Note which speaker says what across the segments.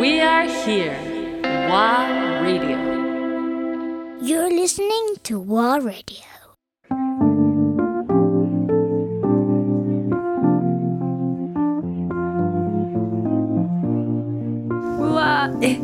Speaker 1: We are here. WA Radio.
Speaker 2: You're listening to War Radio.
Speaker 3: うわえ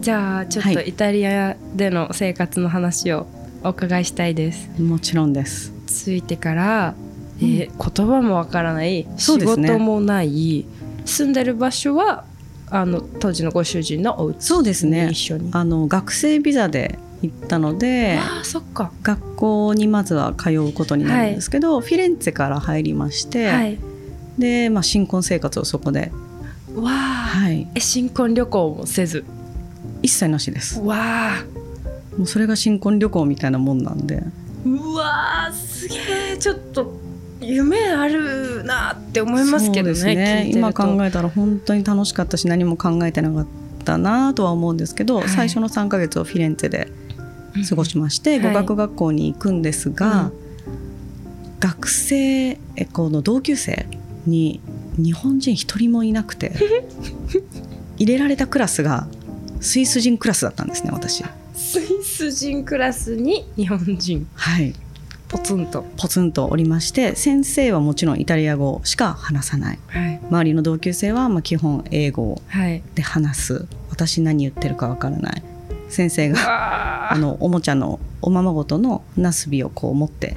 Speaker 3: じゃあちょっと
Speaker 4: はい
Speaker 3: イタリアでの生活の話をお伺いしたいです、
Speaker 4: もちろんです。
Speaker 3: 着いてから、えー言葉もわからない、
Speaker 4: そう
Speaker 3: 仕
Speaker 4: ですね
Speaker 3: 事もない住んでる場所はあの当時のご主人のお家
Speaker 4: そうですね
Speaker 3: 一緒に
Speaker 4: あの学生ビザで行ったので、
Speaker 3: あーそっか
Speaker 4: 学校にまずは通うことになるんですけど、フィレンツェから入りまして、
Speaker 3: はい
Speaker 4: で、まあ、新婚生活をそこで、
Speaker 3: わあ、
Speaker 4: はい、
Speaker 3: え新婚旅行もせず
Speaker 4: 一切なしです。
Speaker 3: わあ
Speaker 4: もうそれが新婚旅行みたいなもんなんで、
Speaker 3: うわーすげえちょっと夢あるなって思いますけどね
Speaker 4: そうです
Speaker 3: 聞いてると
Speaker 4: 今考えたら本当に楽しかったし、何も考えてなかったなとは思うんですけど、
Speaker 3: はい
Speaker 4: 最初の3ヶ月をフィレンツェで過ごしまして、
Speaker 3: うん
Speaker 4: 語学学校に行くんですが、
Speaker 3: は
Speaker 4: 学生えこの同級生に日本人一人もいなく て入れられたクラスがスイス人クラスだったんですね私
Speaker 3: スイス人クラスに日本人
Speaker 4: はい
Speaker 3: ポツンと、
Speaker 4: ポツンとおりまして先生はもちろんイタリア語しか話さない
Speaker 3: はい
Speaker 4: 周りの同級生はまあ基本英語
Speaker 3: はい、
Speaker 4: で話す私何言ってるかわからない先生が
Speaker 3: あ
Speaker 4: あのおもちゃのおままごとのなすびをこう持って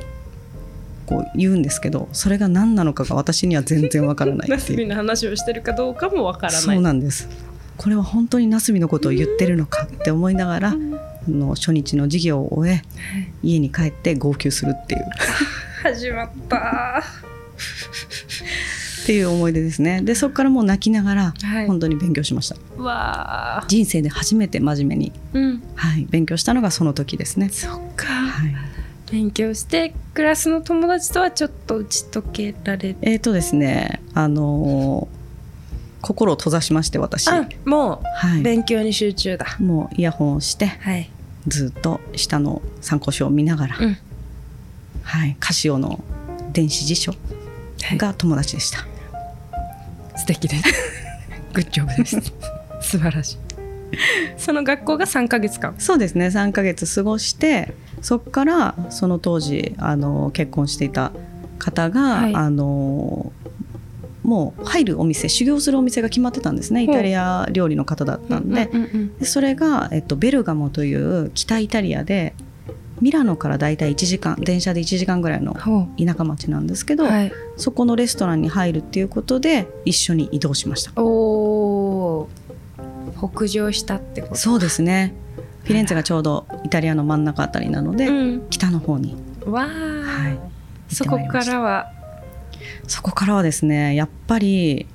Speaker 4: こう言うんですけどそれが何なのかが私には全然わから ない
Speaker 3: ナ
Speaker 4: って
Speaker 3: ス
Speaker 4: い
Speaker 3: ビ
Speaker 4: う
Speaker 3: の話をしてるかどうかもわからない
Speaker 4: そうなんですこれは本当になすびのことを言ってるのかって思いながらあの初日の授業を終え家に帰って号泣するっていう
Speaker 3: 始まったは
Speaker 4: っていう思い出ですねでそこからもう泣きながら
Speaker 3: い
Speaker 4: 本当に勉強しました
Speaker 3: わあ
Speaker 4: 人生で初めて真面目に、
Speaker 3: うん
Speaker 4: はい、勉強したのがその時ですね、
Speaker 3: そっか
Speaker 4: はい、
Speaker 3: 勉強してクラスの友達とはちょっと打ち解けられて
Speaker 4: えーとですねあのー心を閉ざしまして私
Speaker 3: あも
Speaker 4: は
Speaker 3: う
Speaker 4: い、
Speaker 3: 勉強に集中だ
Speaker 4: もうイヤホンをして
Speaker 3: はい、
Speaker 4: ずっと下の参考書を見ながら、
Speaker 3: うん
Speaker 4: はい、カシオの電子辞書が友達でした、
Speaker 3: 素敵 ですグッジョブです 素晴らしいその学校が3ヶ月間
Speaker 4: そうですね3ヶ月過ごしてそこからその当時あの結婚していた方が、
Speaker 3: はい
Speaker 4: あのもう入るお店修行するお店が決まってたんですねイ
Speaker 3: ほう
Speaker 4: タリア料理の方だったんで、
Speaker 3: うんうんうん
Speaker 4: でそれが、えっと、ベルガモという北イタリアでミラノからだいたい1時間電車で1時間ぐらいの
Speaker 3: ほ
Speaker 4: 田舎町なんですけ
Speaker 3: う
Speaker 4: ど、
Speaker 3: はい
Speaker 4: そこのレストランに入るっていうことで一緒に移動しました
Speaker 3: おお北上したってこと
Speaker 4: そうですねフィレンツェがちょうどイタリアの真ん中あたりなので、
Speaker 3: うん
Speaker 4: 北の方に
Speaker 3: わあ、
Speaker 4: はい
Speaker 3: そこからは
Speaker 4: そこからはですねやっぱり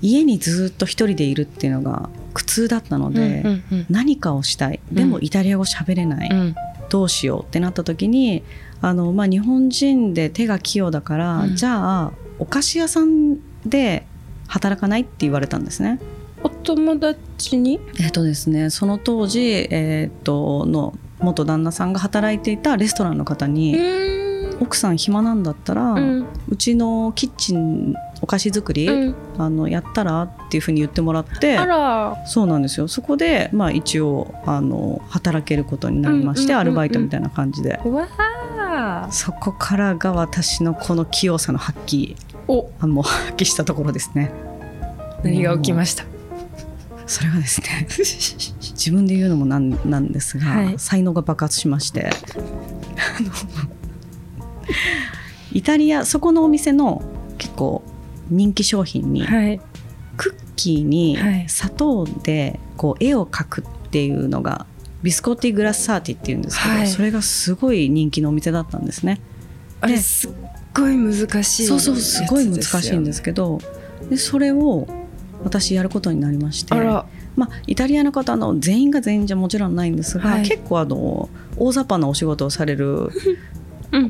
Speaker 4: 家にずっと一人でいるっていうのが苦痛だったので、
Speaker 3: うんうん
Speaker 4: 何かをしたいでも
Speaker 3: うん
Speaker 4: イタリア語喋れない、
Speaker 3: うん
Speaker 4: どうしようってなった時にあの、まあ、日本人で手が器用だから、
Speaker 3: うん
Speaker 4: じゃあお菓子屋さんで働かないって言われたんですね。
Speaker 3: お友達に
Speaker 4: えっとですね、その当時、えっとの元旦那さんが働いていたレストランの方
Speaker 3: う
Speaker 4: に
Speaker 3: ーん
Speaker 4: 奥さん暇なんだったら、
Speaker 3: う
Speaker 4: うんちのキッチンお菓子作り、
Speaker 3: うん
Speaker 4: あのやったらっていうふうに言ってもらって
Speaker 3: あら
Speaker 4: そうなんですよそこで、まあ、一応あの働けることになりまし
Speaker 3: うん
Speaker 4: て、
Speaker 3: うんうんうん
Speaker 4: アルバイトみたいな感じで
Speaker 3: わあ
Speaker 4: そこからが私のこの器用さの発揮
Speaker 3: お
Speaker 4: あもう発揮したところですね
Speaker 3: 何が起きま
Speaker 4: し
Speaker 3: した
Speaker 4: たそれはですね 自分で言うのもなんなんですが、
Speaker 3: はい
Speaker 4: 才能が爆発しましてあのイタリアそこのお店の結構人気商品に、
Speaker 3: はい
Speaker 4: クッキーに
Speaker 3: はい
Speaker 4: 砂糖でこう絵を描くっていうのがビスコッティ・グラッサーティっていうんですけど、
Speaker 3: はい
Speaker 4: それがすごい人気のお店だったんですね
Speaker 3: あれすっごい難しい
Speaker 4: そうそうすごい難しいんですすけどでそれを私やることになりまして
Speaker 3: あら
Speaker 4: まあ、イタリアの方の全員が全員じゃもちろんないんですが、
Speaker 3: はい
Speaker 4: 結構あの大雑把なお仕事をさ れる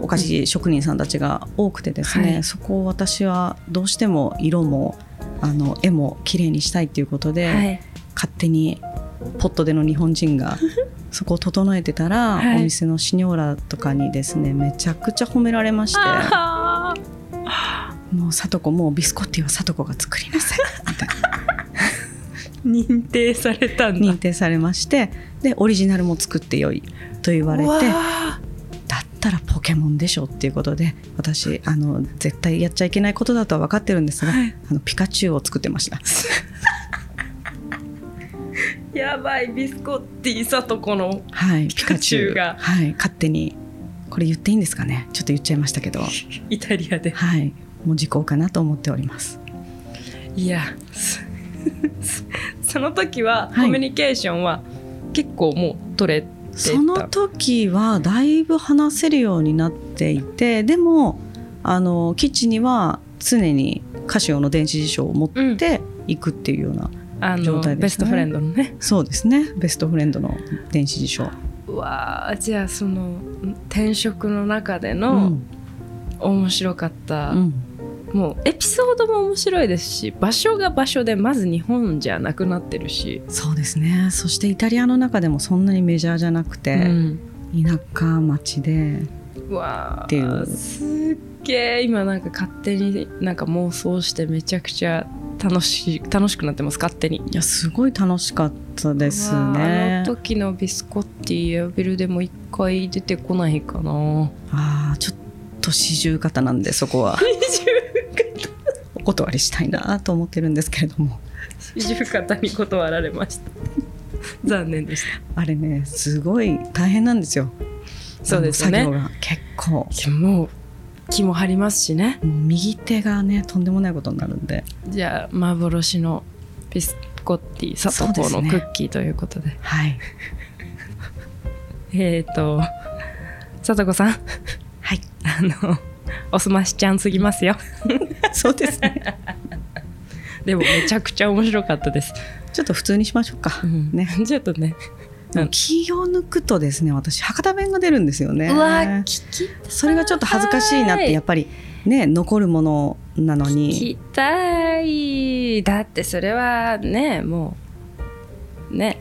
Speaker 4: お菓子職人さんたちが多くてですね、
Speaker 3: はい
Speaker 4: そこを私はどうしても色もあの絵も綺麗にしたいということで、
Speaker 3: はい
Speaker 4: 勝手にポットでの日本 人がそこを整えてたら、
Speaker 3: はい
Speaker 4: お店のシニョーラとかにですねめちゃくちゃ褒めら れまして。
Speaker 3: あー
Speaker 4: もうさとこもうビスコッティはさとこが作りなさいみたいな
Speaker 3: 認定されたんだ
Speaker 4: 認定されましてでオリジナルも作ってよいと言われて
Speaker 3: わ
Speaker 4: だ
Speaker 3: あ
Speaker 4: ったらポケモンでしょっていうことで私あの絶対やっちゃいけないことだとは分かってるんですが、
Speaker 3: はい
Speaker 4: あのピカチュウを作ってました
Speaker 3: やばいビスコッティさとこの
Speaker 4: はい
Speaker 3: ピカチュウが
Speaker 4: ピカチュウはい、勝手にこれ言っていいんですかねちょっと言っちゃいまし たけど
Speaker 3: イタリアで
Speaker 4: はいもう時効かなと思っております
Speaker 3: いやす その時は
Speaker 4: はい
Speaker 3: コミュニケーションは結構もう取れてた
Speaker 4: その時はだいぶ話せるようになっていてでもあの基地には常にカシオの電子辞書を持って行くっていうような、
Speaker 3: あの
Speaker 4: 状態ですね
Speaker 3: ベストフレンドのね
Speaker 4: そうですねベストフレンドの電子辞書
Speaker 3: うわあじゃあその転職の中で
Speaker 4: う
Speaker 3: の
Speaker 4: ん
Speaker 3: 面白かった、
Speaker 4: うん
Speaker 3: もうエピソードも面白いですし場所が場所でまず日本じゃなくなってるし、
Speaker 4: そうですねそしてイタリアの中でもそんなにメジャーじゃなく
Speaker 3: う
Speaker 4: て、
Speaker 3: ん
Speaker 4: 田舎町で
Speaker 3: うわあ
Speaker 4: っていう
Speaker 3: すっげえ今なんか勝手になんか妄想してめちゃくちゃ楽しい楽しくなってます勝手に。
Speaker 4: いやすごい楽しかったです
Speaker 3: うわーあ
Speaker 4: ね
Speaker 3: の時のビスコッティやビルでも一回出てこないか な。
Speaker 4: ああちょっと四十肩なんでそ こはお断りしたいなと思ってるんですけれども
Speaker 3: 四十肩に断られました。 残念でし
Speaker 4: あれねすごい大変なんですよ
Speaker 3: た。そうですよ
Speaker 4: あの
Speaker 3: ね。
Speaker 4: 作業が結構
Speaker 3: もう気も張りますしね。
Speaker 4: もう右手がねとんでもないことになるんで
Speaker 3: じゃあ幻のビスコッティ佐藤
Speaker 4: そ
Speaker 3: 子
Speaker 4: うで
Speaker 3: の
Speaker 4: す
Speaker 3: ク
Speaker 4: ね
Speaker 3: ッキーということで。
Speaker 4: はい
Speaker 3: えっ、ー、と佐藤子さん。
Speaker 4: はい
Speaker 3: あのおすましちゃんすぎますよ。
Speaker 4: そうですね
Speaker 3: でもめちゃくちゃ面白かったです。
Speaker 4: ちょっと普通にしましょうか、
Speaker 3: うん
Speaker 4: ね
Speaker 3: ちょっとね。
Speaker 4: でも気を抜くとですね私博多弁が出るんですよね
Speaker 3: 聞き
Speaker 4: それがちょっと恥ずかしいなってやっぱりね残るものなの
Speaker 3: 聞
Speaker 4: に
Speaker 3: きたいだってそれはねもうね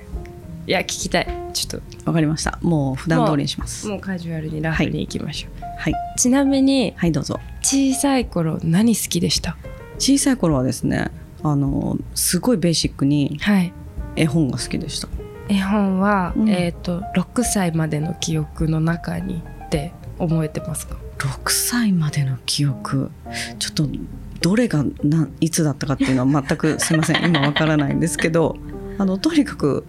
Speaker 3: いや聞きたいちょっ
Speaker 4: わかりましたもう普段通りにしま
Speaker 3: と
Speaker 4: す
Speaker 3: もうカジュアルにラフに行きましょう、
Speaker 4: はい
Speaker 3: ちなみに
Speaker 4: はいどうぞ
Speaker 3: 小さい頃何好きでした
Speaker 4: 小さい頃はですねあのすごいベーシックに
Speaker 3: はい
Speaker 4: 絵本が好きでした
Speaker 3: 絵本は、
Speaker 4: うん
Speaker 3: えっ、と6歳までの記憶の中にって思えてますか
Speaker 4: 6歳までの記憶ちょっとどれがないつだったかっていうのは全くすいません今わからないんですけどあのとにかく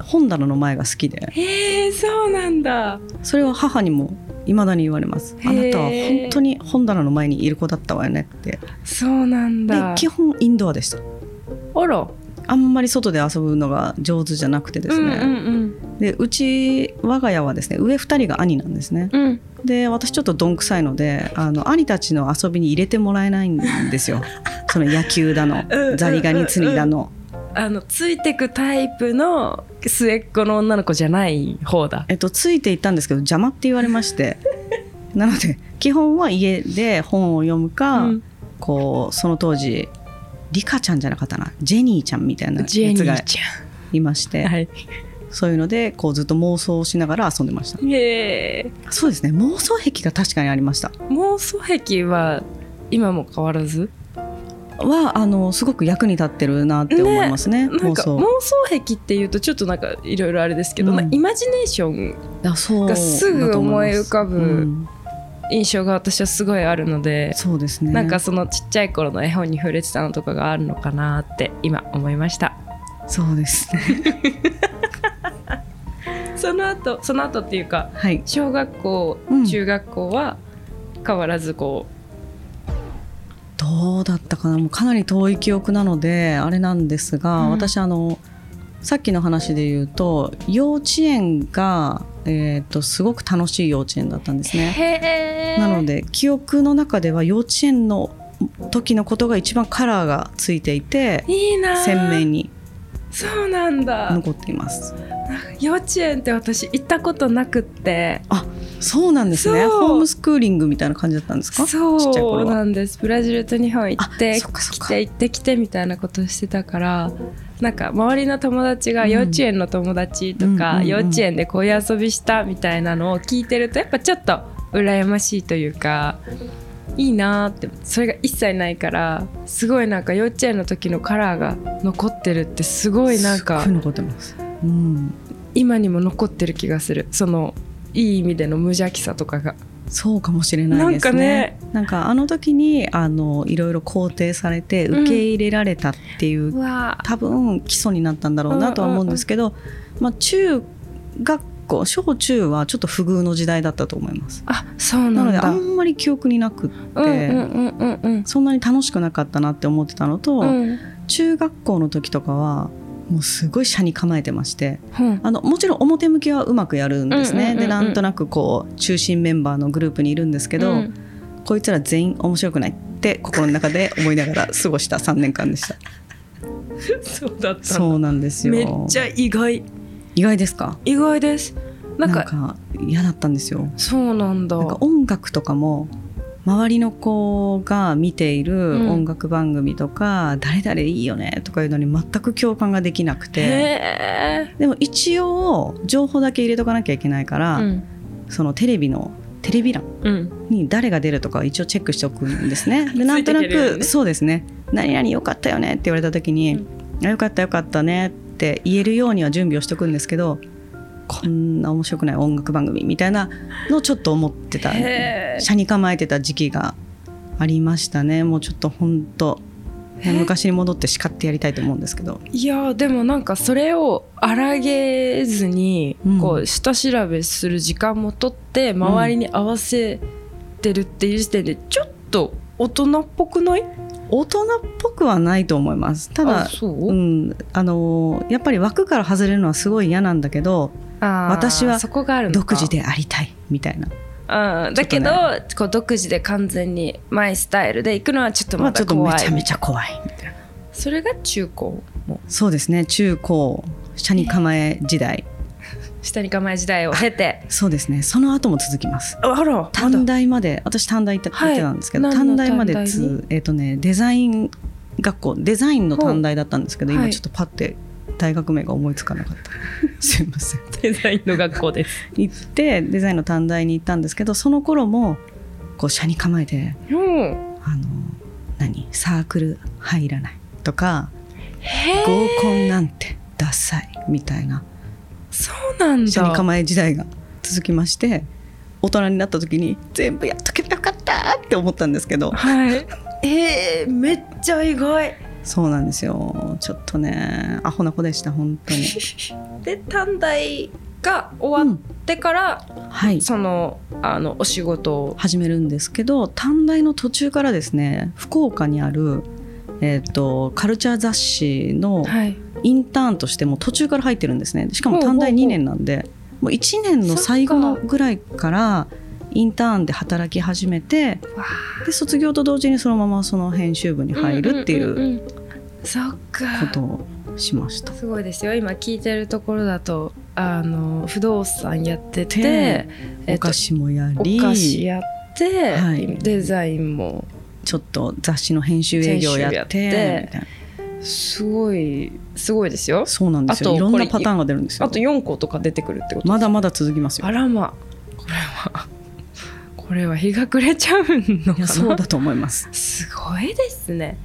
Speaker 4: 本棚の前が好きで
Speaker 3: へえそうなんだ
Speaker 4: それは母にも未だに言われます
Speaker 3: へー
Speaker 4: あなたは本当に本棚の前にいる子だったわよねって
Speaker 3: そうなん
Speaker 4: で
Speaker 3: だ
Speaker 4: 基本インドアでした
Speaker 3: あら
Speaker 4: あんまり外で遊ぶのが上手じゃなくてですね、
Speaker 3: うんうん
Speaker 4: でうち我が家はですね上2人が兄なんですね
Speaker 3: うんうん
Speaker 4: で私ちょっとどんくさいのであの兄たちの遊びに入れてもらえないんです よその野球だの
Speaker 3: うんうん
Speaker 4: ザリガニ釣りだの、
Speaker 3: あのついてくタイプの末っ子の女の子じゃない方だ。
Speaker 4: えっと、ついていったんですけど邪魔って言われまして なので基本は家で本を読むか、
Speaker 3: うん
Speaker 4: こうその当時リカちゃんじゃなかったなジェニーちゃんみたいなや
Speaker 3: ジェニ
Speaker 4: つが
Speaker 3: ーち
Speaker 4: いまして
Speaker 3: ゃん。はい。
Speaker 4: そういうのでこうずっと妄想をしながら遊んでました
Speaker 3: え
Speaker 4: そうですね妄想癖が確かにありました
Speaker 3: ー、妄想癖は今も変わらず。
Speaker 4: はあのすごく役に立ってるなって思いますね
Speaker 3: なん
Speaker 4: 妄
Speaker 3: か
Speaker 4: 想
Speaker 3: 妄想癖っていうとちょっとなんかいろいろあれですけど、
Speaker 4: うん
Speaker 3: まあイマジネーション
Speaker 4: あそう
Speaker 3: がすぐ思い浮かぶ
Speaker 4: だと思います
Speaker 3: 印象が私はすごいあるの
Speaker 4: うん
Speaker 3: で、
Speaker 4: そうですね
Speaker 3: なんかそのちっちゃい頃の絵本に触れてたのとかがあるのかなって今思いました。
Speaker 4: そうです ね
Speaker 3: その後その後っていうか
Speaker 4: はい
Speaker 3: 小学校、
Speaker 4: うん
Speaker 3: 中学校は変わらずこ
Speaker 4: どうだったかなもうかなり遠い記憶なのであれなんですが、
Speaker 3: うん
Speaker 4: 私あのさっきの話で言うと幼稚園が、えー、とすごく楽しい幼稚園だったんです
Speaker 3: う、へ
Speaker 4: ねなので記憶の中では幼稚園の時のことが一番カラーがついていて
Speaker 3: いいなあ
Speaker 4: 鮮明に
Speaker 3: そうなんだ
Speaker 4: 残っています
Speaker 3: 幼稚園って私行ったことなくって
Speaker 4: そうなんですね
Speaker 3: そう
Speaker 4: ホームスクーリングみたいな感じだったんですかちっちゃい
Speaker 3: そう
Speaker 4: 頃は
Speaker 3: なんですブラジルと日本行って
Speaker 4: あそっかそっ
Speaker 3: 来
Speaker 4: か
Speaker 3: て行ってきてみたいなことしてたからなんか周りの友達が
Speaker 4: うん
Speaker 3: 幼稚園の友達と
Speaker 4: うんうん
Speaker 3: か、
Speaker 4: うん
Speaker 3: 幼稚園でこういう遊びしたみたいなのを聞いてるとやっぱちょっと羨ましいというかいいなーってそれが一切ないからすごいなんか幼稚園の時のカラーが残ってるってすごいなんか
Speaker 4: すっごい残ってます。うん、
Speaker 3: 今にも残ってる気がするそのいい意味での無邪気さとかが
Speaker 4: そうかもしれないですね。なんかあの時にあのいろいろ肯定されて
Speaker 3: うん
Speaker 4: 受け入れられたっていう、
Speaker 3: わ
Speaker 4: 多分基礎になったんだろうなとは思うんですけど、まあ中学校小中はちょっと不遇の時代だったと思います。
Speaker 3: あそうな
Speaker 4: なの
Speaker 3: ん
Speaker 4: で
Speaker 3: だ
Speaker 4: あんまり記憶になくって、
Speaker 3: うんうんうんうんうん
Speaker 4: そんなに楽しくなかったなって思ってたのと、
Speaker 3: うん
Speaker 4: 中学校の時とかはもうすごい車に構えてまして
Speaker 3: うん
Speaker 4: あのもちろん表向きはうまくやるんですね、
Speaker 3: うんうんうんうん
Speaker 4: でなんとなくこう中心メンバーのグループにいるんですけど、
Speaker 3: うん
Speaker 4: こいつら全員面白くないって心の中で思いながら過ごした3年間でした
Speaker 3: そうだった
Speaker 4: そうなんですよ
Speaker 3: めっちゃ意外
Speaker 4: 意外ですか
Speaker 3: 意外ですなんか
Speaker 4: 嫌だったんですよ
Speaker 3: そうなんだ
Speaker 4: なんか音楽とかも周りの子が見ている音楽番組とか、誰々いいよねとかいうのに全く共感ができなくて
Speaker 3: へえ
Speaker 4: でも一応情報だけ入れとかなきゃいけないから、
Speaker 3: うん
Speaker 4: そのテレビのテレビ欄
Speaker 3: うん
Speaker 4: に誰が出るとか一応チェックしておくんですね。 でなんとな
Speaker 3: ついていけるよう
Speaker 4: く、
Speaker 3: にね
Speaker 4: そうですね何々よかったよねって言われた時に、あよかったよかったねって言えるようには準備をしておくんですけどこんな面白くない音楽番組みたいなのをちょっと思ってた
Speaker 3: へー
Speaker 4: 車に構えてた時期がありましたねもうちょっと本当
Speaker 3: え
Speaker 4: 昔に戻って叱ってやりたいと思うんですけど
Speaker 3: いやーでもなんかそれを荒げずに
Speaker 4: うん
Speaker 3: こう下調べする時間も取って周りに合わせてるっていう時点でちょっと大人っぽくない
Speaker 4: 大人っぽくはないと思いますた
Speaker 3: あ
Speaker 4: だ
Speaker 3: そう、
Speaker 4: うん、あのやっぱり枠から外れるのはすごい嫌なんだけど
Speaker 3: あー
Speaker 4: 私は
Speaker 3: そこがあるのか
Speaker 4: 独自でありたいみたいな
Speaker 3: うん、だけど
Speaker 4: ちょ
Speaker 3: こう独自で完全にマイスタイルで行くのはちょっと
Speaker 4: ま
Speaker 3: ま
Speaker 4: あちょ
Speaker 3: だ
Speaker 4: っと
Speaker 3: 怖い、
Speaker 4: めちゃめちゃ怖いみたいな
Speaker 3: それが中高も
Speaker 4: そうですね中高車に構え時代
Speaker 3: 下に構え時代を経て
Speaker 4: そうですねその後も続きます
Speaker 3: ああら
Speaker 4: 短大まで私短大行って行
Speaker 3: はい
Speaker 4: ってたんですけど、
Speaker 3: 何の
Speaker 4: 短大まで
Speaker 3: 短大に
Speaker 4: つえっ、とねデザイン学校デザインの短大だったんですけ
Speaker 3: ほ
Speaker 4: ど
Speaker 3: う
Speaker 4: 今
Speaker 3: はい
Speaker 4: ちょっとパッて大学名が思いつかなかった、 すいません
Speaker 3: デザインの学校です、
Speaker 4: 行ってデザインの短大に行ったんですけどその頃もこう車に構えて
Speaker 3: うん、
Speaker 4: あの何サークル入らないとか
Speaker 3: へえ
Speaker 4: 合コンなんてダサいみたいな
Speaker 3: そうなん
Speaker 4: 社に
Speaker 3: だ
Speaker 4: 構え時代が続きまして大人になった時に全部やっとけばよかったって思ったんですけど
Speaker 3: はい。 えー、めっちゃ意外。
Speaker 4: そうなんですよちょっとねアホな子でした本当に
Speaker 3: で短大が終わってから、
Speaker 4: はい
Speaker 3: そのあのお仕事を。
Speaker 4: 始めるんですけど短大の途中からですね福岡にあるえっとカルチャー雑誌の
Speaker 3: はい。
Speaker 4: インターンとしてもう途中から入ってるんですねしかも
Speaker 3: ほうほう
Speaker 4: 短
Speaker 3: ほう
Speaker 4: 大2年なんでもう1年の最後の
Speaker 3: そっ
Speaker 4: ぐらいからインターンで働き始めて
Speaker 3: わ
Speaker 4: で卒業と同時にそのままその編集部に入るってい
Speaker 3: ん
Speaker 4: ううん
Speaker 3: んんそっ
Speaker 4: こ
Speaker 3: か。
Speaker 4: とをしました。
Speaker 3: すごいですよ。今聞いてるところだとあの不動産やってて、
Speaker 4: で
Speaker 3: えっ
Speaker 4: お
Speaker 3: と
Speaker 4: 菓子もや
Speaker 3: お
Speaker 4: り
Speaker 3: 菓子やって、
Speaker 4: はい
Speaker 3: デザインも
Speaker 4: ちょっと雑誌の編集営業やって
Speaker 3: 編集やって
Speaker 4: みたいな
Speaker 3: すごいすごいですよ。
Speaker 4: そうなんです
Speaker 3: あ
Speaker 4: よ
Speaker 3: と
Speaker 4: いろん
Speaker 3: こ
Speaker 4: な
Speaker 3: れ
Speaker 4: パターンが出るんですよ
Speaker 3: あと4個とか出てくるってこと。
Speaker 4: まだまだ続きますよ
Speaker 3: あらま。これはこれは日が暮れちゃうのか
Speaker 4: いや
Speaker 3: な。
Speaker 4: そうだと思います
Speaker 3: すごいですね。